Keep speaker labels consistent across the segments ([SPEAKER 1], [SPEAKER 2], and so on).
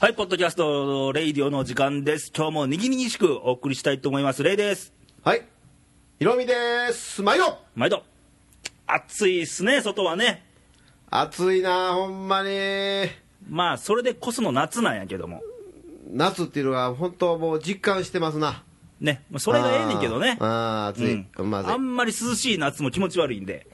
[SPEAKER 1] はい、ポッドキャストレイディオの時間です。今日もにぎにぎしくお送りしたいと思います。レイです。
[SPEAKER 2] はい。ひろみです。毎度
[SPEAKER 1] 毎度。暑いっすね、外はね。
[SPEAKER 2] 暑いなほんまに。
[SPEAKER 1] まあ、それでこその夏なんやけども。
[SPEAKER 2] 夏っていうのは本当もう実感してますな。
[SPEAKER 1] ね。まあそれがええねんけどね。
[SPEAKER 2] あーあー、暑い。
[SPEAKER 1] うん
[SPEAKER 2] まず
[SPEAKER 1] あんまり涼しい夏も気持ち悪いんで。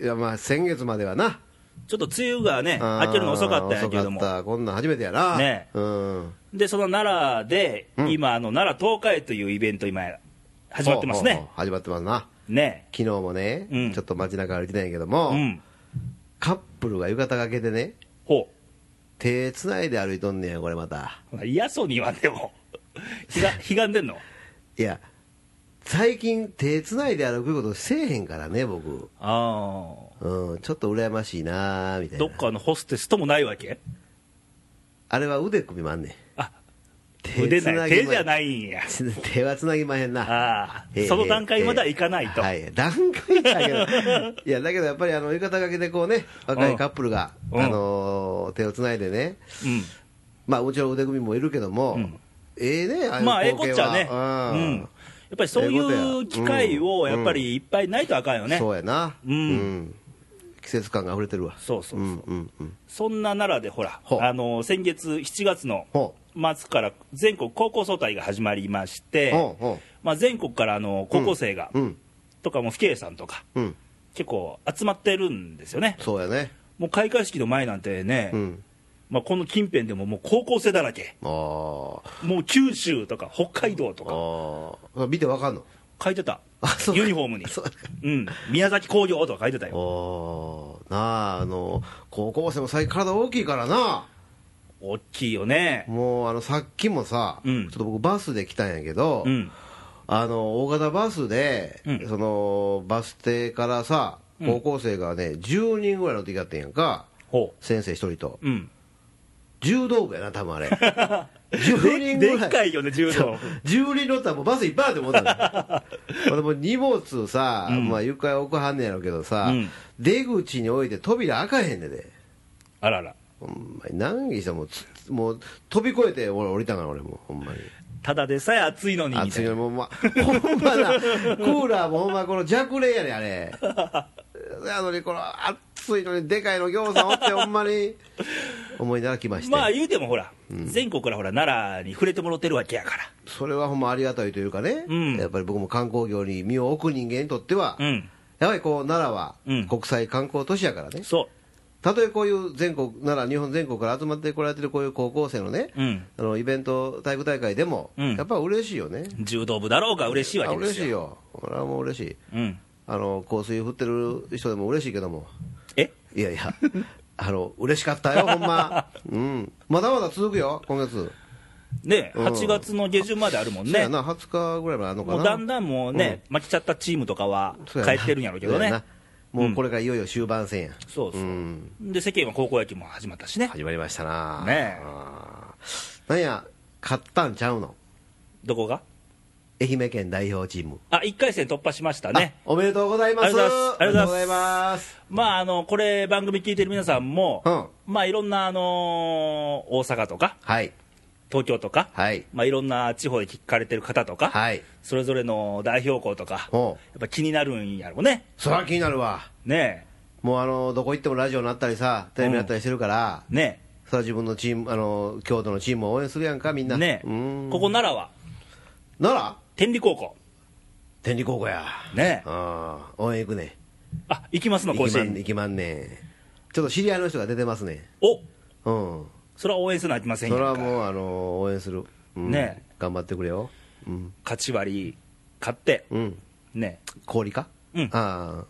[SPEAKER 2] い。いや、まあ先月まではな。
[SPEAKER 1] ちょっと梅雨がね、
[SPEAKER 2] あー
[SPEAKER 1] 明けるの遅かったんやけども
[SPEAKER 2] 遅。かった。こんなん初めてやな。
[SPEAKER 1] ね
[SPEAKER 2] うん。
[SPEAKER 1] で、その奈良で、
[SPEAKER 2] うん
[SPEAKER 1] 今、あの、奈良東海というイベント今、始まってます
[SPEAKER 2] ほうほ
[SPEAKER 1] ね
[SPEAKER 2] うほ。う始まってますな。
[SPEAKER 1] ね。
[SPEAKER 2] 昨日もね、
[SPEAKER 1] うん
[SPEAKER 2] ちょっと街中歩いてたんやけども、
[SPEAKER 1] うん。
[SPEAKER 2] カップルが浴衣かけてね、
[SPEAKER 1] ほ
[SPEAKER 2] 手つないで歩いとんねや、これまた。
[SPEAKER 1] う。嫌そうに言わんでも。 ひが、ひがんでんの
[SPEAKER 2] いや、最近手つないで歩くことせえへんからね、僕。
[SPEAKER 1] ああ。
[SPEAKER 2] うん、ちょっと羨ましいなーみたいな
[SPEAKER 1] どっかのホステスともないわけ
[SPEAKER 2] あれは腕組みまんねん
[SPEAKER 1] あ
[SPEAKER 2] 手
[SPEAKER 1] 腕
[SPEAKER 2] つ
[SPEAKER 1] な
[SPEAKER 2] ないぎ
[SPEAKER 1] 手
[SPEAKER 2] ま
[SPEAKER 1] じゃないん や
[SPEAKER 2] 手はつなぎまへんな
[SPEAKER 1] ああ
[SPEAKER 2] ええ
[SPEAKER 1] その段階まではいかないと、
[SPEAKER 2] ええはい段階だ けどいやだけどやっぱりあの浴衣掛けでこうね若いカップルが、
[SPEAKER 1] うん
[SPEAKER 2] あのー手をつないでね
[SPEAKER 1] うん、
[SPEAKER 2] まあもちろん腕組みもいるけども、
[SPEAKER 1] うん
[SPEAKER 2] ええねああいう
[SPEAKER 1] まあええ
[SPEAKER 2] 光
[SPEAKER 1] こっ
[SPEAKER 2] 景
[SPEAKER 1] ちゃ
[SPEAKER 2] は
[SPEAKER 1] ね、うん、やっぱりそう
[SPEAKER 2] ええことや
[SPEAKER 1] いううん機会をやっぱりいっぱいないとあかんよね、
[SPEAKER 2] そうやな
[SPEAKER 1] うん
[SPEAKER 2] 季節感が溢れてるわ
[SPEAKER 1] そうそうそう
[SPEAKER 2] うんうんうん
[SPEAKER 1] そんな奈良でほら
[SPEAKER 2] ほう
[SPEAKER 1] あの先月7月の
[SPEAKER 2] ほ
[SPEAKER 1] 末から全国高校総体が始まりまし
[SPEAKER 2] う
[SPEAKER 1] て、
[SPEAKER 2] ほうほ
[SPEAKER 1] まあ、全国からあの高校生が、
[SPEAKER 2] ううん
[SPEAKER 1] とかも父兄さんとか
[SPEAKER 2] うん
[SPEAKER 1] 結構集まってるんですよね
[SPEAKER 2] そうやね
[SPEAKER 1] もう開会式の前なんてね、
[SPEAKER 2] うん
[SPEAKER 1] まあ、この近辺でももう高校生だらけ
[SPEAKER 2] ああ
[SPEAKER 1] もう九州とか北海道とか
[SPEAKER 2] ああ見てわかんの
[SPEAKER 1] 書いてた
[SPEAKER 2] あそうか
[SPEAKER 1] ユニフォームに
[SPEAKER 2] そうか
[SPEAKER 1] うん宮崎工業とか書いてたよ
[SPEAKER 2] おーなああの高校生も最近体大きいからな
[SPEAKER 1] 大きいよね
[SPEAKER 2] もうあのさっきもさ、
[SPEAKER 1] うん
[SPEAKER 2] ちょっと僕バスで来たんやけど、
[SPEAKER 1] うん
[SPEAKER 2] あの大型バスで、
[SPEAKER 1] うん
[SPEAKER 2] そのバス停からさ
[SPEAKER 1] うん
[SPEAKER 2] 高校生がね、10人ぐらいの時やってんやんか
[SPEAKER 1] ほ
[SPEAKER 2] 先生1人と
[SPEAKER 1] ううん
[SPEAKER 2] 柔道部やな 多分あれ10
[SPEAKER 1] で
[SPEAKER 2] 人
[SPEAKER 1] でっ
[SPEAKER 2] ぐらい
[SPEAKER 1] かいよね柔道
[SPEAKER 2] 10人乗ったらもうバスいっぱいあると思ったの ほんでもう荷物さ、
[SPEAKER 1] うん
[SPEAKER 2] まあ、床へ置くはんねやろうけどさ、
[SPEAKER 1] うん
[SPEAKER 2] 出口に置いて扉開かへんねんで
[SPEAKER 1] あらら
[SPEAKER 2] ほんまに難儀したもうつもう飛び越えて俺降りたから俺もうほんまに
[SPEAKER 1] ただでさえ暑いのにみ
[SPEAKER 2] 暑
[SPEAKER 1] た
[SPEAKER 2] い
[SPEAKER 1] いな
[SPEAKER 2] のにもうまほんまなクーラーもほんまこの弱冷やねんあれやのにこの暑いのにでかいの行さんおってほんまに思いながら来まして、
[SPEAKER 1] まあ言うてもほら、全国からほら奈良に触れてもろてるわけやから
[SPEAKER 2] それはほんまありがたいというかね、
[SPEAKER 1] うん
[SPEAKER 2] やっぱり僕も観光業に身を置く人間にとっては、
[SPEAKER 1] うん
[SPEAKER 2] やはりこう奈良は
[SPEAKER 1] うん
[SPEAKER 2] 国際観光都市やからね、
[SPEAKER 1] そ
[SPEAKER 2] たとえこういう全国、奈良、日本全国から集まってこられてるこういう高校生のね、
[SPEAKER 1] ううん
[SPEAKER 2] あのイベント、体育大会でも、
[SPEAKER 1] うん
[SPEAKER 2] やっぱ嬉しいよね、
[SPEAKER 1] 柔道部だろうが嬉しいわ
[SPEAKER 2] あ
[SPEAKER 1] けで
[SPEAKER 2] 嬉
[SPEAKER 1] すよ
[SPEAKER 2] しいよ、これはもう嬉しい、
[SPEAKER 1] うん
[SPEAKER 2] あの香水振ってる人でも嬉しいけども、
[SPEAKER 1] え
[SPEAKER 2] いやい や、あの嬉しかったよ、ほんま、うん、まだまだ続くよ、今月、
[SPEAKER 1] ね
[SPEAKER 2] うん
[SPEAKER 1] 8月の下旬まであるもん
[SPEAKER 2] そう
[SPEAKER 1] ね
[SPEAKER 2] やな、20日ぐらいまであるのかな、
[SPEAKER 1] もうだんだんもうね、負けちゃったチームとかは
[SPEAKER 2] そうや
[SPEAKER 1] 帰
[SPEAKER 2] な
[SPEAKER 1] ってるんやろうけど
[SPEAKER 2] そうや
[SPEAKER 1] ね
[SPEAKER 2] な、もうこれからいよいよ終盤戦や、
[SPEAKER 1] そうそう、
[SPEAKER 2] うん
[SPEAKER 1] で世間は高校野球も始まったしね、
[SPEAKER 2] 始まりましたな、
[SPEAKER 1] ねえ
[SPEAKER 2] あーなんや、勝ったんちゃうの、
[SPEAKER 1] どこが
[SPEAKER 2] 愛媛県代表チーム。
[SPEAKER 1] あ1回戦突破しましたね、
[SPEAKER 2] あおめでとうございます。
[SPEAKER 1] ありがとうござい
[SPEAKER 2] ます。
[SPEAKER 1] まあ、あのこれ、番組聞いてる皆さんも、
[SPEAKER 2] うん
[SPEAKER 1] まあ、いろんな、あのー大阪とか、
[SPEAKER 2] はい、
[SPEAKER 1] 東京とか、
[SPEAKER 2] はい、
[SPEAKER 1] まあ、いろんな地方で聞かれてる方とか、
[SPEAKER 2] はい。
[SPEAKER 1] それぞれの代表校とか、や
[SPEAKER 2] ほう
[SPEAKER 1] っぱ気になるんやろうね、
[SPEAKER 2] そら気になるわ。
[SPEAKER 1] ね
[SPEAKER 2] もうあの、どこ行ってもラジオになったりさ、テレビになったりしてるから、
[SPEAKER 1] え、ね
[SPEAKER 2] そら自分のチーム、あの、京都のチームを応援するやんか、みん
[SPEAKER 1] え、
[SPEAKER 2] な。
[SPEAKER 1] ね
[SPEAKER 2] うー
[SPEAKER 1] え
[SPEAKER 2] ん
[SPEAKER 1] ここ奈良は
[SPEAKER 2] なら、
[SPEAKER 1] 天理高校、
[SPEAKER 2] 天理高校や。
[SPEAKER 1] ねえ、
[SPEAKER 2] ああ、応援行くね。
[SPEAKER 1] あ行きますの、
[SPEAKER 2] 行
[SPEAKER 1] 甲
[SPEAKER 2] き
[SPEAKER 1] 子
[SPEAKER 2] まん、
[SPEAKER 1] 園、
[SPEAKER 2] 行きまんね。ちょっと知り合いの人が出てますね。
[SPEAKER 1] お
[SPEAKER 2] うん。
[SPEAKER 1] それは応援せなきません
[SPEAKER 2] そ
[SPEAKER 1] やん
[SPEAKER 2] れは
[SPEAKER 1] か
[SPEAKER 2] もう、あの、応援する。うん
[SPEAKER 1] ね
[SPEAKER 2] 頑張ってくれよ。うん。
[SPEAKER 1] 勝ち割り勝って、
[SPEAKER 2] うん。
[SPEAKER 1] ね
[SPEAKER 2] 氷か
[SPEAKER 1] うん
[SPEAKER 2] ああ。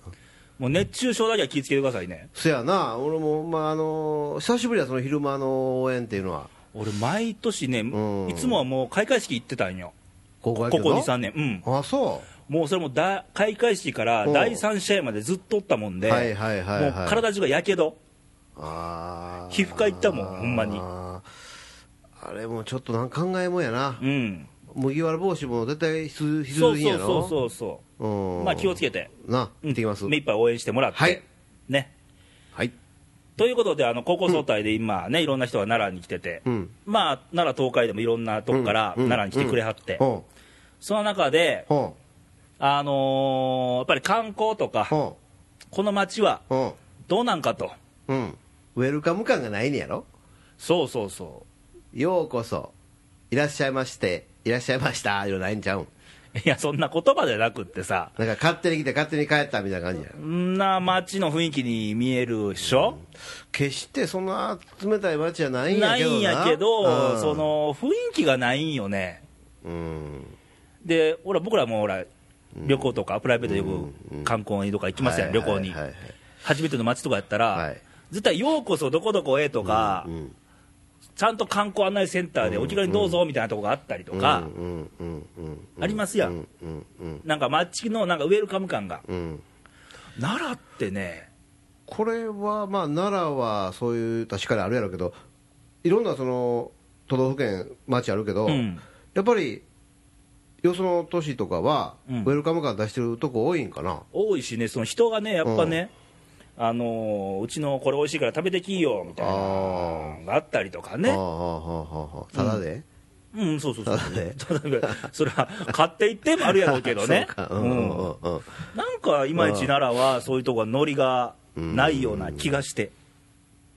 [SPEAKER 1] え、もう熱中症だけは気をつけてくださいね。
[SPEAKER 2] そやな、俺も、まあ、あの久しぶりや、その昼間の応援っていうのは、
[SPEAKER 1] 俺毎年ね、
[SPEAKER 2] うん
[SPEAKER 1] いつもはもう開会式行ってたんよ
[SPEAKER 2] 高校
[SPEAKER 1] こ
[SPEAKER 2] 野
[SPEAKER 1] こ
[SPEAKER 2] 球の
[SPEAKER 1] 23年
[SPEAKER 2] あそ
[SPEAKER 1] うんもうそれもだ開会式から
[SPEAKER 2] うん
[SPEAKER 1] 第3試合までずっとおったもん
[SPEAKER 2] う、
[SPEAKER 1] で、
[SPEAKER 2] はいはいはい、はい、
[SPEAKER 1] もう体中がやけど
[SPEAKER 2] あー
[SPEAKER 1] 皮膚科行ったもんほんまに
[SPEAKER 2] あーあれもちょっとなんか考えもんやな、
[SPEAKER 1] うん
[SPEAKER 2] 麦わら帽子も絶対必必
[SPEAKER 1] そ
[SPEAKER 2] 需
[SPEAKER 1] う
[SPEAKER 2] 品
[SPEAKER 1] そ
[SPEAKER 2] や
[SPEAKER 1] う
[SPEAKER 2] ろ、
[SPEAKER 1] そうそうそ
[SPEAKER 2] うん
[SPEAKER 1] うまあ気をつけて
[SPEAKER 2] な、
[SPEAKER 1] うん
[SPEAKER 2] 行ってきます、
[SPEAKER 1] 目いっぱい応援してもらって、
[SPEAKER 2] はい
[SPEAKER 1] ね
[SPEAKER 2] はい、
[SPEAKER 1] ということで、あの高校総体で今ね、いろんな人が奈良に来てて、
[SPEAKER 2] うん
[SPEAKER 1] まあ、奈良、東海でもいろんなとこから
[SPEAKER 2] うん
[SPEAKER 1] 奈良に来てくれはって、
[SPEAKER 2] ほ
[SPEAKER 1] その中で
[SPEAKER 2] う、ほ
[SPEAKER 1] あのーやっぱり観光と
[SPEAKER 2] う
[SPEAKER 1] か、
[SPEAKER 2] ほ
[SPEAKER 1] この街は
[SPEAKER 2] うほ
[SPEAKER 1] どうなんかと、
[SPEAKER 2] ううんウェルカム感がないんやろ
[SPEAKER 1] そうそうそ
[SPEAKER 2] ようこそいらっしゃいましていらっしゃいましたよないんちゃうん
[SPEAKER 1] う、いや、そんな言葉じゃなくってさ、
[SPEAKER 2] なんか勝手に来て勝手に帰ったみたいな感じや
[SPEAKER 1] んな街の雰囲気に見えるでしょ、
[SPEAKER 2] 決してそんな冷たい街じゃないんや
[SPEAKER 1] な
[SPEAKER 2] け
[SPEAKER 1] い
[SPEAKER 2] どなん
[SPEAKER 1] やけ
[SPEAKER 2] う
[SPEAKER 1] ど、
[SPEAKER 2] ん
[SPEAKER 1] その雰囲気がないんよね。
[SPEAKER 2] うん
[SPEAKER 1] でほら僕らもほら旅行とかプライベートでよく観光にどっか行きますやん、
[SPEAKER 2] はい
[SPEAKER 1] 旅
[SPEAKER 2] はいは
[SPEAKER 1] 行
[SPEAKER 2] い
[SPEAKER 1] に、初めての街とかやったら、
[SPEAKER 2] はい
[SPEAKER 1] 絶対「ようこそどこどこへ」とか、
[SPEAKER 2] うん
[SPEAKER 1] ちゃんと観光案内センターでお気軽にどうぞみたいなとこがあったりとか、
[SPEAKER 2] うんうんうんうん
[SPEAKER 1] ありますやん
[SPEAKER 2] うんうんうん
[SPEAKER 1] なんか街のなんかウェルカム感が
[SPEAKER 2] うん
[SPEAKER 1] 奈良ってね
[SPEAKER 2] これはまあ奈良はそういう確かにあるやろうけどいろんなその都道府県町あるけど、
[SPEAKER 1] うん
[SPEAKER 2] やっぱりよその都市とかは、
[SPEAKER 1] うん
[SPEAKER 2] ウェルカム感出してるとこ多いんかな
[SPEAKER 1] 多いしねその人がねやっぱね、あのーうちのこれ美味しいから食べてきいよみたいな
[SPEAKER 2] あ
[SPEAKER 1] のがあったりとか
[SPEAKER 2] ああああ
[SPEAKER 1] ね
[SPEAKER 2] ああただで、
[SPEAKER 1] うんそう そうそう
[SPEAKER 2] ただね
[SPEAKER 1] ただねそれは買っていってもあるやろうけどね
[SPEAKER 2] そうかうんうんうんうん
[SPEAKER 1] なんかいまいち奈良はそういうとこはノリがないような気がして、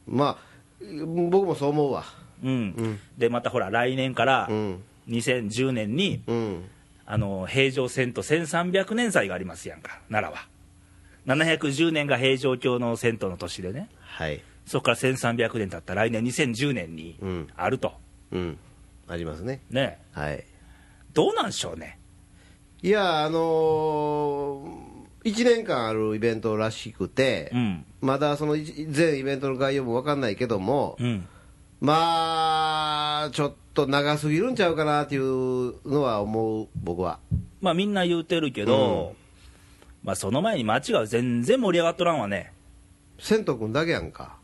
[SPEAKER 2] まあ僕もそう思うわ
[SPEAKER 1] うんでまたほら来年から
[SPEAKER 2] うん
[SPEAKER 1] 2010年に
[SPEAKER 2] うん
[SPEAKER 1] あの平城遷都1300年祭がありますやんか奈良は710年が平城京の遷都の年でね
[SPEAKER 2] はい
[SPEAKER 1] そこから1300年経った来年2010年に
[SPEAKER 2] うん
[SPEAKER 1] あると、
[SPEAKER 2] うんありますね
[SPEAKER 1] ね
[SPEAKER 2] はい
[SPEAKER 1] どうなんでしょうね
[SPEAKER 2] いやあのー、1年間あるイベントらしくて、
[SPEAKER 1] うん
[SPEAKER 2] まだその一全イベントの概要も分かんないけども、
[SPEAKER 1] うん
[SPEAKER 2] まあ、ちょっと長すぎるんちゃうかなっていうのは思う、僕は。
[SPEAKER 1] まあみんな言うてるけど、まあその前に街が全然盛り上がっとらんわね
[SPEAKER 2] 千斗君だけやんか、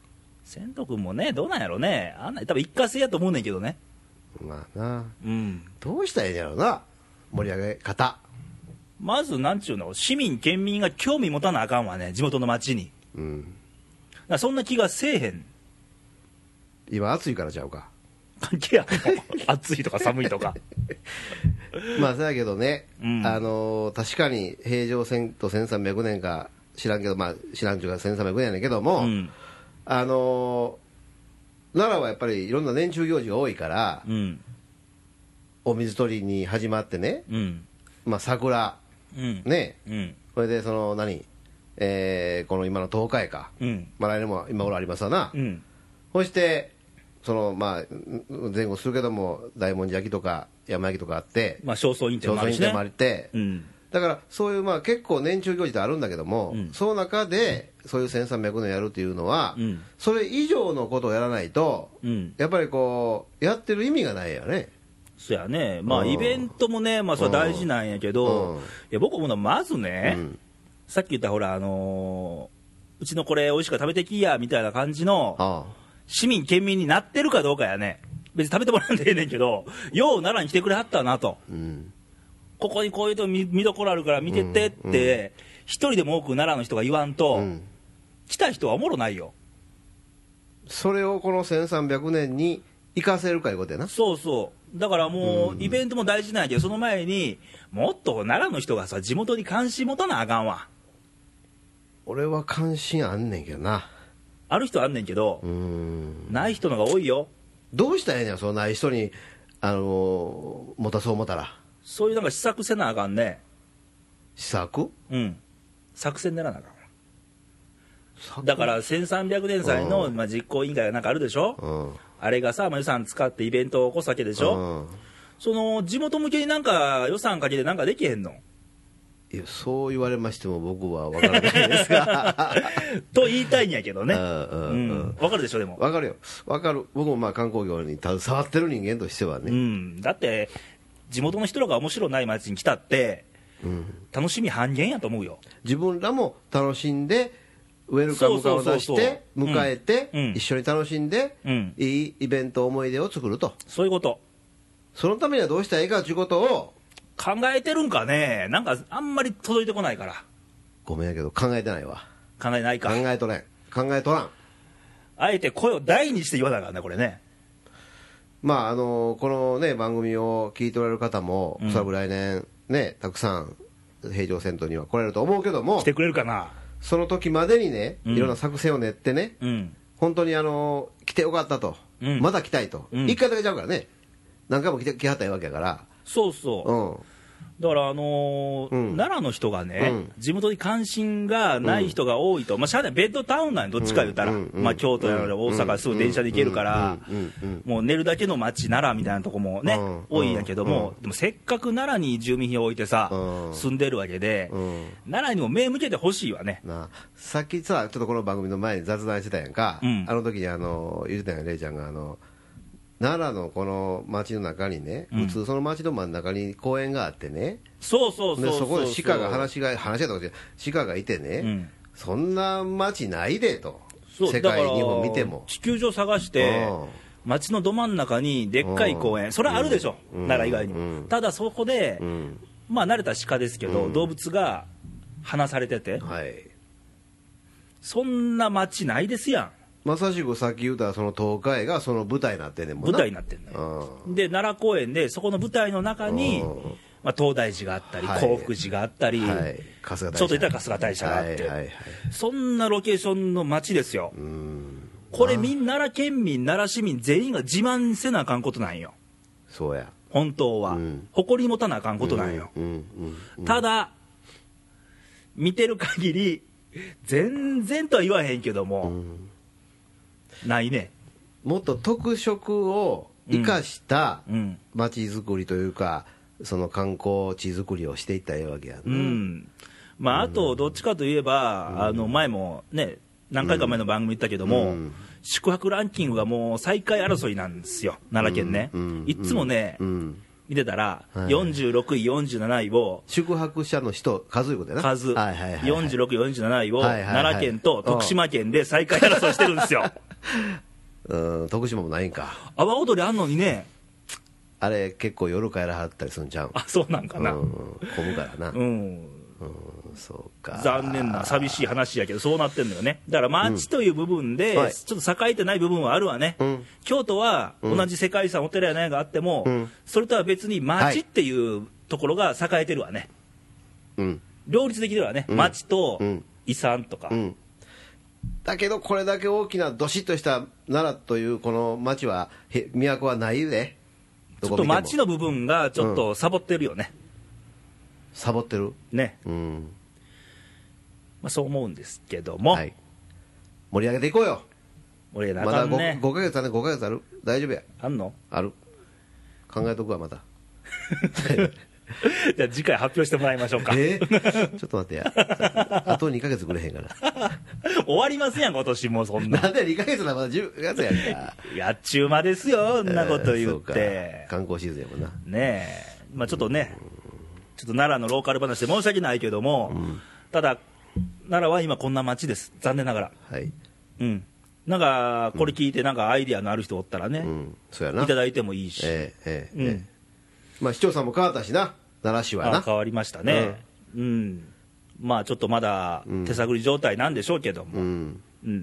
[SPEAKER 1] 千斗君もねどうなんやろねあんな多分一過性やと思うねんけどね
[SPEAKER 2] まあな、
[SPEAKER 1] うん
[SPEAKER 2] どうしたらいいんやろうな、盛り上げ方、
[SPEAKER 1] まずなんちゅうの市民県民が興味持たなあかんわね地元の街に
[SPEAKER 2] うん、
[SPEAKER 1] だからそんな気がせえへん
[SPEAKER 2] 今、暑いからちゃうか、
[SPEAKER 1] 関係 やん暑いとか寒いとか
[SPEAKER 2] まあ、そやけどね、
[SPEAKER 1] うん
[SPEAKER 2] あのー確かに平常戦と1300年か知らんけど、まあ、知らんちゅうか1300年やねんけど
[SPEAKER 1] う
[SPEAKER 2] も、
[SPEAKER 1] ん
[SPEAKER 2] あのー奈良はやっぱりいろんな年中行事が多いから、
[SPEAKER 1] うん
[SPEAKER 2] お水取りに始まってね、
[SPEAKER 1] うん
[SPEAKER 2] まあ、桜、
[SPEAKER 1] うん
[SPEAKER 2] ね、
[SPEAKER 1] うん
[SPEAKER 2] これでその何、えーこの今の東海か、
[SPEAKER 1] うん
[SPEAKER 2] まあ、来年も今頃ありますわな、
[SPEAKER 1] うん
[SPEAKER 2] そしてその、まあ、ん前後するけども、大文字焼きとか山焼きとかあって、
[SPEAKER 1] まあ焦燥院展
[SPEAKER 2] 朝
[SPEAKER 1] もある
[SPEAKER 2] 鮮
[SPEAKER 1] し
[SPEAKER 2] 人もあ
[SPEAKER 1] ね
[SPEAKER 2] って、
[SPEAKER 1] うん
[SPEAKER 2] だからそういう、まあ、結構年中行事ってあるんだけども、
[SPEAKER 1] うん
[SPEAKER 2] その中でそういう1300年やるっていうのは、
[SPEAKER 1] うん
[SPEAKER 2] それ以上のことをやらないと、
[SPEAKER 1] うん
[SPEAKER 2] やっぱりこう、やってる意味がないよね。
[SPEAKER 1] そやねま
[SPEAKER 2] う
[SPEAKER 1] あ
[SPEAKER 2] ん
[SPEAKER 1] イベントもねまあそれは大事なんやけど、
[SPEAKER 2] うん
[SPEAKER 1] いや僕思うのはまずね、
[SPEAKER 2] うん
[SPEAKER 1] さっき言ったほらあのーうちのこれ美味しく食べてきやみたいな感じの
[SPEAKER 2] あ
[SPEAKER 1] 市民、県民になってるかどうかやね、別に食べてもらうんでええねんけど、よう奈良に来てくれはったなと、
[SPEAKER 2] あうん
[SPEAKER 1] ここにこういうとこ見見どころあるから見てってって、一人でも多く奈良の人が言わんと、
[SPEAKER 2] うん
[SPEAKER 1] 来た人はおもろないよ、
[SPEAKER 2] それをこの1300年に生かせるかいうことやな。
[SPEAKER 1] そうそう、だからもう、イベントも大事なんやけど、その前にもっと奈良の人がさ、地元に関心持たなあかんわ、
[SPEAKER 2] 俺は関心あんねんけどな
[SPEAKER 1] ある人はあんねんけど
[SPEAKER 2] う、ん
[SPEAKER 1] ない人のが多いよ、
[SPEAKER 2] どうしたらええねやそんな人にあのー持たそう思ったら
[SPEAKER 1] そういうなんか施策せなあかんね、
[SPEAKER 2] 試作
[SPEAKER 1] うん、作戦練らなあかんわ。
[SPEAKER 2] 策
[SPEAKER 1] だから1300年祭のまあ実行委員会がなんかあるでしょ、
[SPEAKER 2] うん
[SPEAKER 1] あれがさ、まあ、予算使ってイベントを起こすわけでしょ、
[SPEAKER 2] うん
[SPEAKER 1] その地元向けになんか予算かけてなんかできへんの
[SPEAKER 2] いやそう言われましても僕は分からないです が
[SPEAKER 1] と言いたいんやけどね、
[SPEAKER 2] う
[SPEAKER 1] うんん
[SPEAKER 2] う
[SPEAKER 1] わ
[SPEAKER 2] んうん
[SPEAKER 1] かるでしょ、でも、
[SPEAKER 2] 分かるよ分かる僕もまあ観光業に携わってる人間としては
[SPEAKER 1] う
[SPEAKER 2] ね、
[SPEAKER 1] ん、だって、地元の人らが面白ない街に来たって、
[SPEAKER 2] うん
[SPEAKER 1] 楽しみ半減やと思うよ、
[SPEAKER 2] 自分らも楽しんでウェルカム感を出
[SPEAKER 1] そ
[SPEAKER 2] し
[SPEAKER 1] うそうそう
[SPEAKER 2] て
[SPEAKER 1] そう
[SPEAKER 2] 迎えて、
[SPEAKER 1] うんうん
[SPEAKER 2] 一緒に楽しんで、
[SPEAKER 1] うん
[SPEAKER 2] いいイベント思い出を作ると
[SPEAKER 1] そういうこと、
[SPEAKER 2] そのためにはどうしたらええかということを
[SPEAKER 1] 考えてるんかね、なんかあんまり届いてこないから、
[SPEAKER 2] ごめんやけど考えてないわ
[SPEAKER 1] 考えない
[SPEAKER 2] 考
[SPEAKER 1] か、
[SPEAKER 2] えとれん考えとらん
[SPEAKER 1] あえて声を大にして言わなあかんね、これね。
[SPEAKER 2] まああのこのね番組を聞いておられる方も、おそらく来年ねたくさん平常戦闘には来られると思うけども
[SPEAKER 1] 来てくれるかな。
[SPEAKER 2] その時までにね
[SPEAKER 1] うん
[SPEAKER 2] いろんな作戦を練ってね、
[SPEAKER 1] うん。
[SPEAKER 2] 本当にあの来てよかったと、
[SPEAKER 1] うん
[SPEAKER 2] まだ来たいと、
[SPEAKER 1] うん
[SPEAKER 2] 一回だけちゃうからね何回も来て来はったらいいわけやから
[SPEAKER 1] そうそう。
[SPEAKER 2] うん
[SPEAKER 1] だから、あのー
[SPEAKER 2] うん
[SPEAKER 1] 奈良の人がね、
[SPEAKER 2] うん
[SPEAKER 1] 地元に関心がない人が多いと、まあ、しゃあない、ベッドタウンなんやどっちか言ったら、
[SPEAKER 2] うんうん
[SPEAKER 1] まあ、京都やら
[SPEAKER 2] うん
[SPEAKER 1] 大阪、すぐ電車で行けるから、
[SPEAKER 2] うんうんうん
[SPEAKER 1] もう寝るだけの街、奈良みたいなとこもね、
[SPEAKER 2] うん
[SPEAKER 1] 多いんやけども、でもせっかく奈良に住民票を置いてさ、
[SPEAKER 2] うん
[SPEAKER 1] 住んでるわけで、
[SPEAKER 2] うん
[SPEAKER 1] 奈良にも目向けてほしいわね。
[SPEAKER 2] なあさっきさちょっとこの番組の前に雑談してたやんか、
[SPEAKER 1] うん
[SPEAKER 2] あの時にあの言ってたんやレイちゃんがあの奈良のこの町の中にね、
[SPEAKER 1] うん
[SPEAKER 2] 普通その町の真ん中に公園があってね
[SPEAKER 1] そうそうそう
[SPEAKER 2] で
[SPEAKER 1] う
[SPEAKER 2] そこで鹿が
[SPEAKER 1] し
[SPEAKER 2] 話が話がとかじゃ鹿がいてね、
[SPEAKER 1] うん
[SPEAKER 2] そんな町ないでと
[SPEAKER 1] そう
[SPEAKER 2] 世
[SPEAKER 1] だから
[SPEAKER 2] 界にも見ても
[SPEAKER 1] 地球上探して
[SPEAKER 2] うん
[SPEAKER 1] 街のど真ん中にでっかい公園それはあるでしょ、
[SPEAKER 2] うん
[SPEAKER 1] 奈良以外にも、
[SPEAKER 2] うん
[SPEAKER 1] ただそこで、
[SPEAKER 2] うん
[SPEAKER 1] まあ慣れた鹿ですけど、動物が放されてて
[SPEAKER 2] はい
[SPEAKER 1] そんな街ないですや
[SPEAKER 2] まさしくさっき言ったその東海がその舞台になってんねん
[SPEAKER 1] ん
[SPEAKER 2] もん
[SPEAKER 1] 舞
[SPEAKER 2] な
[SPEAKER 1] 台になってんのよ
[SPEAKER 2] う
[SPEAKER 1] で奈良公園でそこの舞台の中に
[SPEAKER 2] うん、
[SPEAKER 1] まあ、東大寺があったり
[SPEAKER 2] はい
[SPEAKER 1] 興福寺があったり、
[SPEAKER 2] んはい春日大社
[SPEAKER 1] ちょっと行ったら春日大社があって
[SPEAKER 2] はいはいはい
[SPEAKER 1] そんなロケーションの街ですよ
[SPEAKER 2] うん
[SPEAKER 1] これみんな奈良県民奈良市民全員が自慢せなあかんことなんよ
[SPEAKER 2] そうや
[SPEAKER 1] 本当は、
[SPEAKER 2] うん
[SPEAKER 1] 誇り持たなあかんことなんよ、
[SPEAKER 2] うんうんうん
[SPEAKER 1] ただ見てる限り全然とは言わへんけども、
[SPEAKER 2] ん
[SPEAKER 1] ないね
[SPEAKER 2] もっと特色を生かした
[SPEAKER 1] うん、
[SPEAKER 2] 街づくりというか、その観光地づくりをしていったらええわけや
[SPEAKER 1] うんまあ、あとどっちかといえば、あの前もね何回か前の番組言ったけども、
[SPEAKER 2] うん
[SPEAKER 1] 宿泊ランキングがもう最下位争いなんですよ奈良県ね、
[SPEAKER 2] うん
[SPEAKER 1] いっつもね、
[SPEAKER 2] うん
[SPEAKER 1] 見てたら、
[SPEAKER 2] はい
[SPEAKER 1] 46位47位を
[SPEAKER 2] 宿泊者の人数いうことやな
[SPEAKER 1] 数、
[SPEAKER 2] はいはいはい、はい、
[SPEAKER 1] 46、47位を
[SPEAKER 2] はいはいはい
[SPEAKER 1] 奈良県と徳島県で最下位争いしてるん ですよ。
[SPEAKER 2] うん徳島もないんか
[SPEAKER 1] 阿波踊りあんのにね、
[SPEAKER 2] あれ結構夜帰らはったりするんちゃうん
[SPEAKER 1] あそうなんかな、
[SPEAKER 2] うん、混むからな、う
[SPEAKER 1] うんん、
[SPEAKER 2] そうか
[SPEAKER 1] 残念な、寂しい話やけど、そうなってんのよね、だから町という部分で、
[SPEAKER 2] うんはい
[SPEAKER 1] ちょっと栄えてない部分はあるわね、
[SPEAKER 2] うん
[SPEAKER 1] 京都は同じ世界遺産、お寺や何やがあっても、
[SPEAKER 2] うん
[SPEAKER 1] それとは別に町っていうところが栄えてるわね、
[SPEAKER 2] うん
[SPEAKER 1] 両立できてるわね、
[SPEAKER 2] ん
[SPEAKER 1] 町と
[SPEAKER 2] うん
[SPEAKER 1] 遺産とか、
[SPEAKER 2] うんだけどこれだけ大きなどしっとした奈良というこの町はへ都はないで
[SPEAKER 1] ちょ
[SPEAKER 2] ど
[SPEAKER 1] っ
[SPEAKER 2] こと見ても
[SPEAKER 1] 町の部分がちょっとサボってるよね、
[SPEAKER 2] サボってる
[SPEAKER 1] ね、
[SPEAKER 2] うん
[SPEAKER 1] まあ、そう思うんですけども、
[SPEAKER 2] はい、盛り上げていこうよ、
[SPEAKER 1] 俺ら
[SPEAKER 2] ま
[SPEAKER 1] あか
[SPEAKER 2] だ
[SPEAKER 1] ん
[SPEAKER 2] 5,
[SPEAKER 1] ね、
[SPEAKER 2] 5ヶ月ある、5ヶ月ある、大丈夫や、
[SPEAKER 1] あんの
[SPEAKER 2] ある、考えとくわ、また、
[SPEAKER 1] じゃあ次回発表してもらいましょうか。
[SPEAKER 2] えー ちょっと待ってや、あと2ヶ月くれへん から、
[SPEAKER 1] 終わりますやん、今年もそんな。
[SPEAKER 2] なんで2ヶ月ならまだ10月やんか、
[SPEAKER 1] やっちゅう間ですよ、そんなこと言っ
[SPEAKER 2] えーそう
[SPEAKER 1] て
[SPEAKER 2] か。観光シーズンやもんな、
[SPEAKER 1] ねえ、まあちょっとね、ちょっと奈良のローカル話で申し訳ないけども、ただ、奈良は今こんな街です、残念ながら。
[SPEAKER 2] はい、
[SPEAKER 1] うん。なんか、これ聞いて、なんかアイディアのある人おったら
[SPEAKER 2] う
[SPEAKER 1] ね、
[SPEAKER 2] ん、そうやな、
[SPEAKER 1] いただいてもいいし、
[SPEAKER 2] えーえー
[SPEAKER 1] う
[SPEAKER 2] え
[SPEAKER 1] ん
[SPEAKER 2] ーまあ、市長さんも変わったしな、奈良市は
[SPEAKER 1] まあ
[SPEAKER 2] な、
[SPEAKER 1] 変わりましたね。うん。まあちょっとまだ手探り状態なんでしょうけども、
[SPEAKER 2] うん、
[SPEAKER 1] うん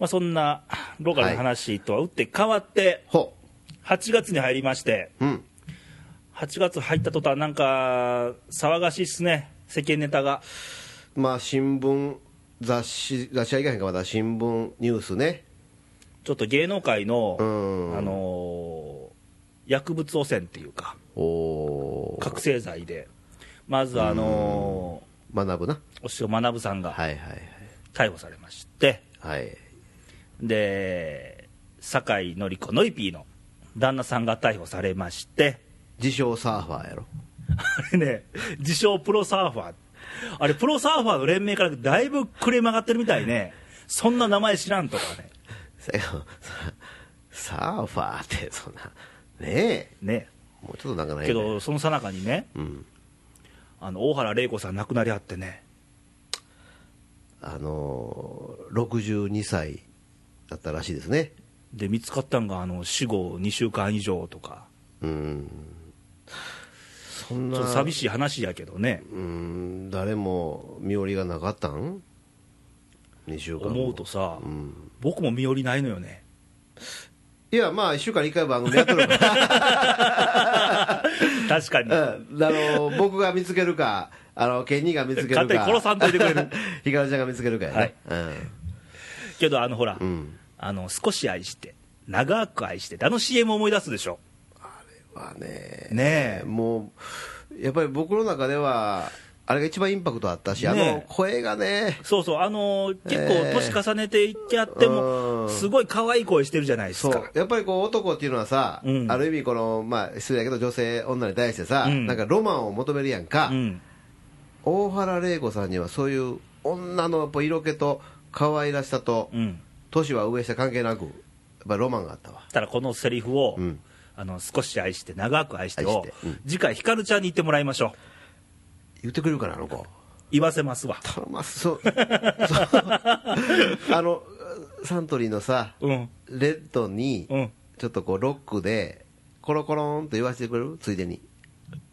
[SPEAKER 1] まあ、そんなローカルの話とは打って変わって、
[SPEAKER 2] ほ
[SPEAKER 1] 8月に入りまして、
[SPEAKER 2] う、うん、
[SPEAKER 1] 8月入った途端なんか、騒がしいっすね、世間ネタが。
[SPEAKER 2] まあ、新聞、雑誌、雑誌はいかへんか、まだ新聞、ニュースね、
[SPEAKER 1] ちょっと芸能界の、
[SPEAKER 2] うん
[SPEAKER 1] あのー薬物汚染っていうか、
[SPEAKER 2] おー、
[SPEAKER 1] 覚醒剤で、まず、あの
[SPEAKER 2] 学ぶな、
[SPEAKER 1] ー、お師匠、学さんが
[SPEAKER 2] はいはいはい。
[SPEAKER 1] 逮捕されまして、
[SPEAKER 2] はい。
[SPEAKER 1] で、酒井紀子、ノイピーの旦那さんが逮捕されまして、
[SPEAKER 2] 自称サーファーやろ。
[SPEAKER 1] あれね、自称プロサーファー。あれ、プロサーファーの連盟からだいぶクレーム上がってるみたいね。そんな名前知らんとかね。
[SPEAKER 2] せやけどさサーファーって、そんな、ねえ、
[SPEAKER 1] ね。
[SPEAKER 2] もうちょっとなんかない
[SPEAKER 1] け、ど、その最中にね、
[SPEAKER 2] うん。
[SPEAKER 1] あの、大原玲子さん亡くなりあってね。
[SPEAKER 2] あのー、62歳だったらしいですね。
[SPEAKER 1] で、見つかったんが、あの、死後2週間以上とか。
[SPEAKER 2] うん。そん
[SPEAKER 1] ちょ
[SPEAKER 2] な、
[SPEAKER 1] っと寂しい話やけどね。
[SPEAKER 2] うん、誰も身寄りがなかったん2週間後
[SPEAKER 1] 思うとさ、
[SPEAKER 2] うん
[SPEAKER 1] 僕も身寄りないのよね
[SPEAKER 2] いやまあ1週間に1回番組やっと るから
[SPEAKER 1] 確かに、
[SPEAKER 2] うんあの僕が見つけるか、あのケニーが見つけるか、
[SPEAKER 1] 勝手に殺さんといてくれ る
[SPEAKER 2] ひかるちゃんが見つけるかやね、
[SPEAKER 1] けどあのほら、
[SPEAKER 2] うん、うん、
[SPEAKER 1] あの少し愛して長く愛してってあの CM 思い出すでしょ
[SPEAKER 2] まあね、
[SPEAKER 1] ね
[SPEAKER 2] もうやっぱり僕の中では、あれが一番インパクトあったし、あの
[SPEAKER 1] ねえ
[SPEAKER 2] 声がね、
[SPEAKER 1] そうそうあのー結
[SPEAKER 2] ええ
[SPEAKER 1] 構年重ねていってやって
[SPEAKER 2] う
[SPEAKER 1] も、
[SPEAKER 2] ん
[SPEAKER 1] すごい可愛い声してるじゃないです
[SPEAKER 2] そ
[SPEAKER 1] か
[SPEAKER 2] うやっぱりこう男っていうのはさ、
[SPEAKER 1] うん
[SPEAKER 2] ある意味この、まあ、失礼だけど、女性、女に対してさ、
[SPEAKER 1] うん
[SPEAKER 2] なんかロマンを求めるやんか、
[SPEAKER 1] うん、
[SPEAKER 2] 大原玲子さんにはそういう女のやっぱ色気と可愛らしさと、
[SPEAKER 1] うん、
[SPEAKER 2] 年は上下関係なく、やっぱりロマンがあったわ。
[SPEAKER 1] ただこのセリフを、
[SPEAKER 2] うん
[SPEAKER 1] あの少し愛して長く愛してを
[SPEAKER 2] 愛してうん
[SPEAKER 1] 次回ひかるちゃんに言ってもらいましょう
[SPEAKER 2] 言ってくれるかな、あの子。
[SPEAKER 1] 言わせますわ
[SPEAKER 2] 頼ますそう そうあのサントリーのさ
[SPEAKER 1] うん
[SPEAKER 2] レッドに
[SPEAKER 1] うん
[SPEAKER 2] ちょっとこうロックでコロコロンと言わせてくれるついでに、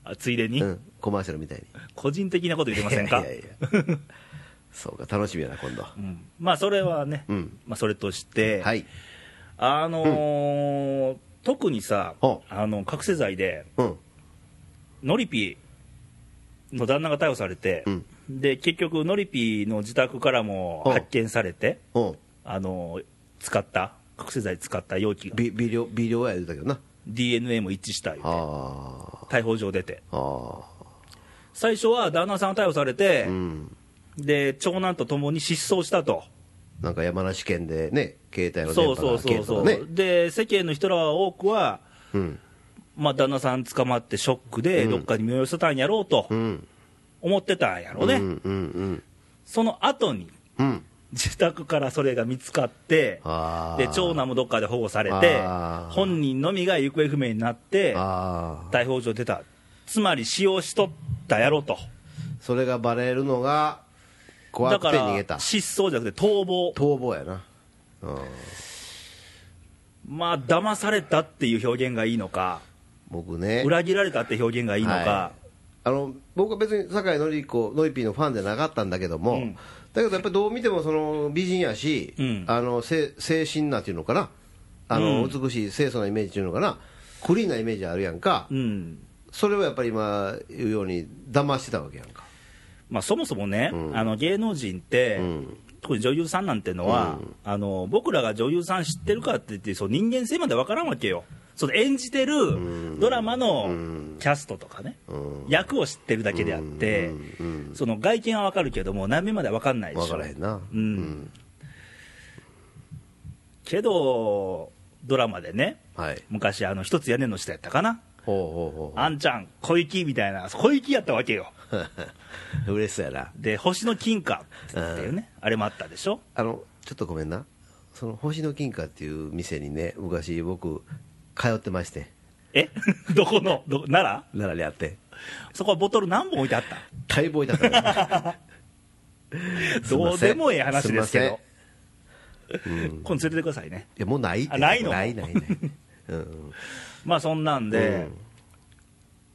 [SPEAKER 1] あついでに、
[SPEAKER 2] うん、コマーシャルみたいに
[SPEAKER 1] 個人的なこと言ってませんか
[SPEAKER 2] いやいやいやそうか楽しみやな今度
[SPEAKER 1] うん、まあそれはね、
[SPEAKER 2] うん
[SPEAKER 1] まあ、それとして、
[SPEAKER 2] はい
[SPEAKER 1] あのー特にさ
[SPEAKER 2] ほう
[SPEAKER 1] あの覚醒剤で
[SPEAKER 2] うん
[SPEAKER 1] ノリピーの旦那が逮捕されて、
[SPEAKER 2] うん
[SPEAKER 1] で結局ノリピーの自宅からも
[SPEAKER 2] ほう
[SPEAKER 1] 発見されて、
[SPEAKER 2] うん
[SPEAKER 1] あのー使った覚醒剤使った容器が
[SPEAKER 2] び微量微量や言うたけどな
[SPEAKER 1] DNA も一致した言うて
[SPEAKER 2] あ
[SPEAKER 1] 逮捕状出て
[SPEAKER 2] ああ
[SPEAKER 1] 最初は旦那さんが逮捕されて
[SPEAKER 2] あう、ん
[SPEAKER 1] で長男と共に失踪したと、
[SPEAKER 2] なんか山梨県でね携帯の
[SPEAKER 1] そ
[SPEAKER 2] 電
[SPEAKER 1] うそう
[SPEAKER 2] 波が
[SPEAKER 1] そ
[SPEAKER 2] 消
[SPEAKER 1] う
[SPEAKER 2] えたと
[SPEAKER 1] そ
[SPEAKER 2] か
[SPEAKER 1] う、
[SPEAKER 2] ね
[SPEAKER 1] で世間の人らは多くは
[SPEAKER 2] うん
[SPEAKER 1] まあ、旦那さん捕まってショックで、
[SPEAKER 2] うん
[SPEAKER 1] どっかに身を寄せたんやろうと
[SPEAKER 2] うん
[SPEAKER 1] 思ってたんやろうね、
[SPEAKER 2] うんうんうん
[SPEAKER 1] その後に
[SPEAKER 2] うん
[SPEAKER 1] 自宅からそれが見つかって、
[SPEAKER 2] ああ
[SPEAKER 1] で長男もどっかで保護されて
[SPEAKER 2] あー、
[SPEAKER 1] 本人のみが行方不明になって、
[SPEAKER 2] ああ
[SPEAKER 1] 逮捕状出た、つまり使用しとったやろうと、
[SPEAKER 2] それがバレるのが怖
[SPEAKER 1] だ
[SPEAKER 2] く
[SPEAKER 1] か
[SPEAKER 2] て逃げた
[SPEAKER 1] ら失踪じゃなくて逃亡、
[SPEAKER 2] 逃亡やなうん
[SPEAKER 1] まあ騙されたっていう表現がいいのか、
[SPEAKER 2] 僕ね
[SPEAKER 1] 裏切られたって表現がいいの
[SPEAKER 2] は
[SPEAKER 1] か、
[SPEAKER 2] いあの僕は別に酒井紀子ノイピーのファンじゃなかったんだけども、
[SPEAKER 1] うん
[SPEAKER 2] だけどやっぱりどう見てもその美人やし、
[SPEAKER 1] うん
[SPEAKER 2] あのせ清新なっていうのかなあの、
[SPEAKER 1] うん
[SPEAKER 2] 美しい清楚なイメージっていうのかなクリーンなイメージあるやんか、
[SPEAKER 1] うん
[SPEAKER 2] それをやっぱり今言うように騙してたわけやんか
[SPEAKER 1] まあ、そもそもね、
[SPEAKER 2] うん
[SPEAKER 1] あの芸能人って、
[SPEAKER 2] ん
[SPEAKER 1] 特に女優さんなんてのは、あの僕らが女優さん知ってるかって言ってそう人間性までわからんわけよその演じてるドラマのキャストとかね、
[SPEAKER 2] うん
[SPEAKER 1] 役を知ってるだけであって、
[SPEAKER 2] うんうん
[SPEAKER 1] その外見はわかるけども内面まではわかんないでしょ
[SPEAKER 2] 分からへんな
[SPEAKER 1] うんけどドラマでね
[SPEAKER 2] はい
[SPEAKER 1] 昔あの一つ屋根の下やったかな
[SPEAKER 2] ほうほうほ
[SPEAKER 1] あんちゃん小雪みたいな小雪やったわけよ
[SPEAKER 2] う 嬉しそうやな
[SPEAKER 1] で星の金貨っていうね、あれもあったでしょ
[SPEAKER 2] あのちょっとごめんなその星の金貨っていう店にね昔僕通ってまして
[SPEAKER 1] え どこのど奈
[SPEAKER 2] 奈良にあって
[SPEAKER 1] 良そこはボトル何本置いてあった
[SPEAKER 2] 待望いたからすいま
[SPEAKER 1] ど
[SPEAKER 2] せん
[SPEAKER 1] うでもええ話ですけど
[SPEAKER 2] すいませんうんい
[SPEAKER 1] 今度連れてくださいね
[SPEAKER 2] やもうないって
[SPEAKER 1] あないの
[SPEAKER 2] な いないないうん
[SPEAKER 1] まあそんなんで、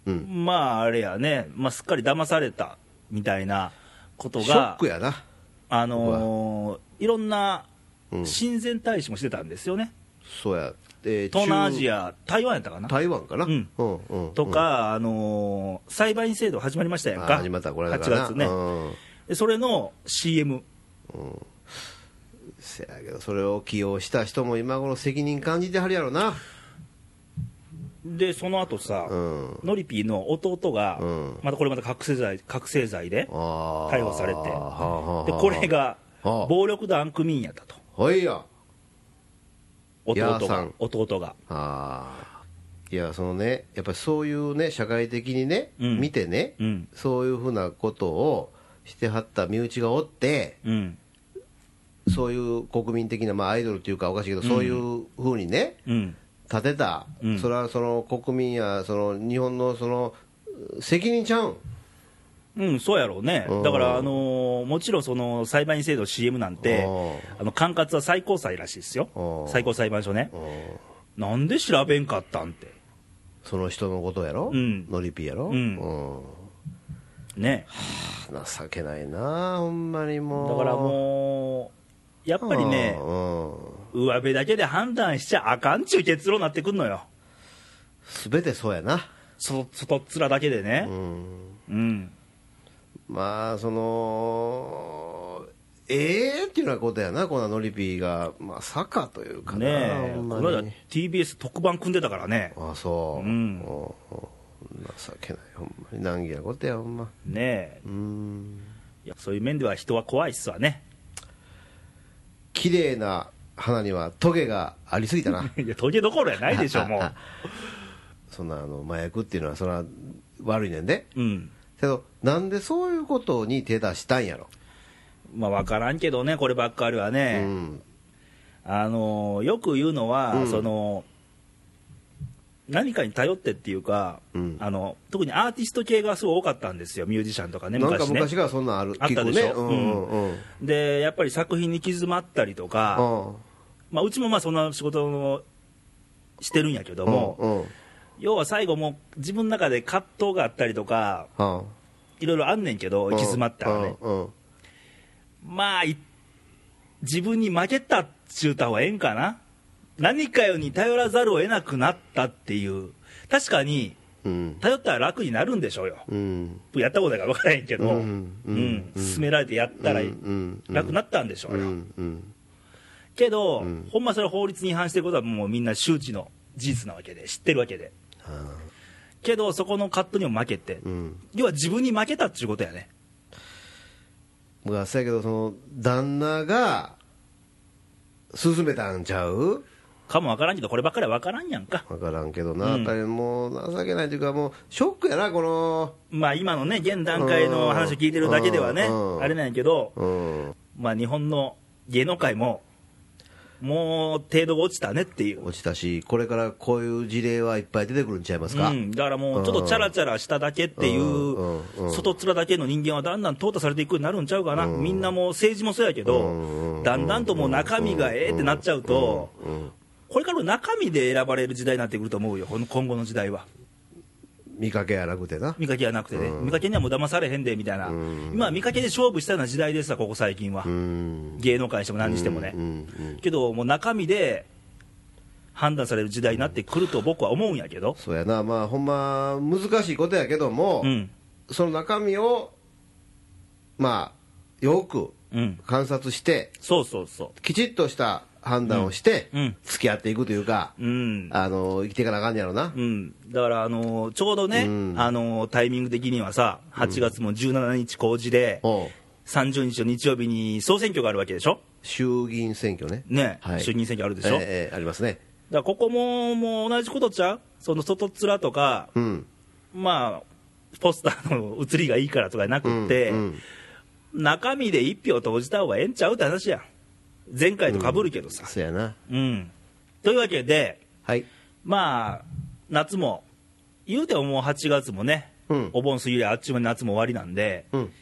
[SPEAKER 2] うん
[SPEAKER 1] まああれやね、まあ、すっかり騙されたみたいなこと
[SPEAKER 2] ショッ
[SPEAKER 1] が
[SPEAKER 2] クやな
[SPEAKER 1] あのーいろんな
[SPEAKER 2] うん
[SPEAKER 1] 親善大使もしてたんですよね、
[SPEAKER 2] そうや、えー
[SPEAKER 1] 東南アジ
[SPEAKER 2] 中
[SPEAKER 1] ア台湾やったかな
[SPEAKER 2] 台湾かな、
[SPEAKER 1] うん
[SPEAKER 2] うんうん
[SPEAKER 1] とか、あのー裁判員制度始まりました
[SPEAKER 2] う
[SPEAKER 1] や
[SPEAKER 2] ん
[SPEAKER 1] ん
[SPEAKER 2] あ
[SPEAKER 1] か
[SPEAKER 2] 始まったこれだ
[SPEAKER 1] 8
[SPEAKER 2] からな
[SPEAKER 1] 月ね、
[SPEAKER 2] うん
[SPEAKER 1] でそれの CM
[SPEAKER 2] せやけどそれを起用した人も今頃責任感じてはるやろな
[SPEAKER 1] でその後さ、
[SPEAKER 2] うん
[SPEAKER 1] ノリピーの弟が、
[SPEAKER 2] うん
[SPEAKER 1] またこれまた覚醒剤覚醒剤で
[SPEAKER 2] 逮
[SPEAKER 1] 逮捕されてで
[SPEAKER 2] で
[SPEAKER 1] これが
[SPEAKER 2] はあ
[SPEAKER 1] 暴力団組員やったと
[SPEAKER 2] ほいやや
[SPEAKER 1] 弟
[SPEAKER 2] ーさ
[SPEAKER 1] が
[SPEAKER 2] ん
[SPEAKER 1] 弟が
[SPEAKER 2] あーいやそのねやっぱりそういうね社会的にね、
[SPEAKER 1] うん
[SPEAKER 2] 見てね、
[SPEAKER 1] うん
[SPEAKER 2] そういうふうなことをしてはった身内がおって
[SPEAKER 1] うん
[SPEAKER 2] そういう国民的な、まあ、アイドルっていうかおかしいけど、そういうふうにね
[SPEAKER 1] うん
[SPEAKER 2] 立てた、
[SPEAKER 1] うん
[SPEAKER 2] それはその国民やその日本のその責任ちゃうん
[SPEAKER 1] うん、そうやろうね
[SPEAKER 2] うん、
[SPEAKER 1] だから、あのーもちろんその裁判員制度 CM なんて
[SPEAKER 2] う、
[SPEAKER 1] あの管轄は最高裁らしいですよ
[SPEAKER 2] う、ん
[SPEAKER 1] 最高裁判所ね、
[SPEAKER 2] うん
[SPEAKER 1] なんで調べんかったんって、
[SPEAKER 2] その人のことやろ、
[SPEAKER 1] うん
[SPEAKER 2] ノリピやろ、
[SPEAKER 1] うんね、
[SPEAKER 2] 情けないなほんまに
[SPEAKER 1] だ
[SPEAKER 2] もう
[SPEAKER 1] からもやっぱりね、
[SPEAKER 2] うん
[SPEAKER 1] 上辺だけで判断しちゃあかんちゅう結論になってくんのよ。
[SPEAKER 2] 全てそうやな
[SPEAKER 1] そ外っ面だけでね。うん。
[SPEAKER 2] まあそのええっていうようなことやなこのノリピーがまあサッカーというかな
[SPEAKER 1] ねえ、
[SPEAKER 2] ほ
[SPEAKER 1] こ
[SPEAKER 2] ん
[SPEAKER 1] の
[SPEAKER 2] ま
[SPEAKER 1] 間
[SPEAKER 2] に
[SPEAKER 1] TBS 特番組んでたからね。
[SPEAKER 2] ああそ
[SPEAKER 1] う
[SPEAKER 2] う、
[SPEAKER 1] ん
[SPEAKER 2] おうおう情けないほんまに難儀なことやほんま
[SPEAKER 1] ねえ
[SPEAKER 2] うん
[SPEAKER 1] いや、そういう面では人は怖いっすわね。
[SPEAKER 2] 綺麗な花にはトゲがありすぎ たな
[SPEAKER 1] いや、トゲどころやないでしょ、も
[SPEAKER 2] そんなあの麻薬っていうのはそれは悪いねんで
[SPEAKER 1] う。うん。
[SPEAKER 2] けどなんでそういうことに手出したんやろ
[SPEAKER 1] まあ、わからんけどね、こればっかりは
[SPEAKER 2] う
[SPEAKER 1] ね。
[SPEAKER 2] ん
[SPEAKER 1] あのーよく言うのは、
[SPEAKER 2] うん
[SPEAKER 1] その何かに頼ってっていうか、
[SPEAKER 2] うん
[SPEAKER 1] あの特にアーティスト系がすごい多かったんですよミュージシャンとかね
[SPEAKER 2] なんか
[SPEAKER 1] 昔ね
[SPEAKER 2] 昔からそんなんある
[SPEAKER 1] あったでしょ
[SPEAKER 2] 聞くねうんうん
[SPEAKER 1] でやっぱり作品に傷まったりとか、う
[SPEAKER 2] うん
[SPEAKER 1] まあ、うちもまあそんな仕事をしてるんやけど
[SPEAKER 2] うん
[SPEAKER 1] も、
[SPEAKER 2] うん
[SPEAKER 1] 要は最後もう自分の中で葛藤があったりとか
[SPEAKER 2] はい
[SPEAKER 1] ろいろあんねんけど
[SPEAKER 2] あ
[SPEAKER 1] 行き詰まったらね、
[SPEAKER 2] うんうん
[SPEAKER 1] まあい自分に負けたっちゅうた方がええんかな何かよに頼らざるを得なくなったっていう確かに
[SPEAKER 2] うん
[SPEAKER 1] 頼ったら楽になるんでしょうよ
[SPEAKER 2] うん
[SPEAKER 1] やったことないから分からへんけど、う
[SPEAKER 2] うんん
[SPEAKER 1] 勧
[SPEAKER 2] うん
[SPEAKER 1] められてやったら
[SPEAKER 2] うんうん
[SPEAKER 1] 楽になったんでしょ
[SPEAKER 2] う
[SPEAKER 1] うよ、
[SPEAKER 2] んうん
[SPEAKER 1] けど、ほんまそれ法律に違反してることはもうみんな周知の事実なわけで知ってるわけで
[SPEAKER 2] あ
[SPEAKER 1] けどそこのカットにも負けて、
[SPEAKER 2] ーうん
[SPEAKER 1] 要は自分に負けたっちゅうことやね
[SPEAKER 2] 僕はそうやけどその旦那が勧めたんちゃう
[SPEAKER 1] かも分からんけどこればっかりは分からんやんか
[SPEAKER 2] 分からんけどな、
[SPEAKER 1] うん
[SPEAKER 2] やっぱりもう情けないというかもうショックやなこの
[SPEAKER 1] まあ今のね現段階の話を聞いてるだけではね
[SPEAKER 2] うんうん
[SPEAKER 1] あれなんやけど、
[SPEAKER 2] うん
[SPEAKER 1] まあ、日本の芸能界も、もう程度が落ちたねっていう、
[SPEAKER 2] 落ちたしこれからこういう事例はいっぱい出てくるんちゃいます
[SPEAKER 1] う
[SPEAKER 2] か、
[SPEAKER 1] ん、だからもうちょっとチャラチャラしただけってい
[SPEAKER 2] うん
[SPEAKER 1] う
[SPEAKER 2] うんう、ん
[SPEAKER 1] 外面だけの人間はだんだん淘汰されていくようになるんちゃうかな、みんなもう政治もそうやけ
[SPEAKER 2] うん
[SPEAKER 1] ど
[SPEAKER 2] う、ん
[SPEAKER 1] だんだんともう中身がええってなっちゃうと、これからの中身で選ばれる時代になってくると思うよ、この今後の時代は。
[SPEAKER 2] 見かけやなくてな
[SPEAKER 1] 見かけはなくてね、見かけにはもう騙されへんでみたいな、今は見かけで勝負したような時代ですわ、ここ最近は
[SPEAKER 2] う、ん
[SPEAKER 1] 芸能界にしても何にしてもね
[SPEAKER 2] うん。うん
[SPEAKER 1] けど、もう中身で判断される時代になってくると僕は思うんやけど、
[SPEAKER 2] そうやなまあほんま難しいことやけども、
[SPEAKER 1] うん、
[SPEAKER 2] その中身をまあよく
[SPEAKER 1] うん、
[SPEAKER 2] 観察して
[SPEAKER 1] そうそうそ
[SPEAKER 2] きちっとした判断をして、
[SPEAKER 1] うんうん
[SPEAKER 2] 付き合っていくというか、
[SPEAKER 1] う、うん、
[SPEAKER 2] あの生きていかなあかんやろな、
[SPEAKER 1] うん、だから、あのーちょうどね、
[SPEAKER 2] うん
[SPEAKER 1] あのータイミング的にはさ、8月も17日公示で、
[SPEAKER 2] おう
[SPEAKER 1] 30日の日曜日に総選挙があるわけでしょ、
[SPEAKER 2] 衆議院選挙ね
[SPEAKER 1] ね
[SPEAKER 2] はい
[SPEAKER 1] 衆議院選挙あるでしょ、
[SPEAKER 2] ええええありますね
[SPEAKER 1] だからここももう同じことちゃう、その外っ面とか、
[SPEAKER 2] うん
[SPEAKER 1] まあ、ポスターの写りがいいからとかじゃなくって、
[SPEAKER 2] うん
[SPEAKER 1] 中身で1票投じた方がええんちゃうって話やん、前回とかぶるけどさ。
[SPEAKER 2] そうやな
[SPEAKER 1] うん、というわけで、
[SPEAKER 2] はい
[SPEAKER 1] まあ、夏も、言うてももう8月もね、
[SPEAKER 2] うん
[SPEAKER 1] お盆過ぎりゃあっちゅう間に夏も終わりなんで、
[SPEAKER 2] うん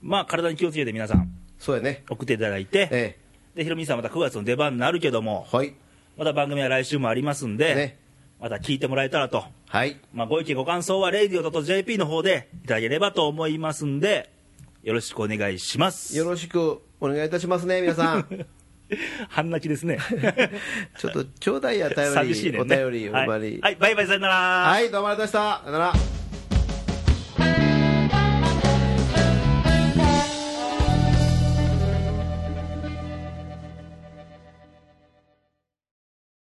[SPEAKER 1] まあ、体に気をつけて皆さん、
[SPEAKER 2] そうやね
[SPEAKER 1] 送っていただいて、
[SPEAKER 2] え
[SPEAKER 1] でひろみさん、また9月の出番になるけども、
[SPEAKER 2] えはい
[SPEAKER 1] また番組は来週もありますんで、
[SPEAKER 2] ね
[SPEAKER 1] また聞いてもらえたらと、
[SPEAKER 2] はい
[SPEAKER 1] まあ、ご意見、ご感想は、radio.jp の方でいただければと思いますんで、よろしくお願いします。
[SPEAKER 2] よろしくお願いいたしますね皆 さん
[SPEAKER 1] 半泣きです ね。
[SPEAKER 2] ちょっとちょうだいや頼 り
[SPEAKER 1] 寂しいねんね。
[SPEAKER 2] お便りお
[SPEAKER 1] は
[SPEAKER 2] ま
[SPEAKER 1] い
[SPEAKER 2] り、
[SPEAKER 1] はい、バイバイ、さよなら。
[SPEAKER 2] はい、どうもありがとうございました。さよなら。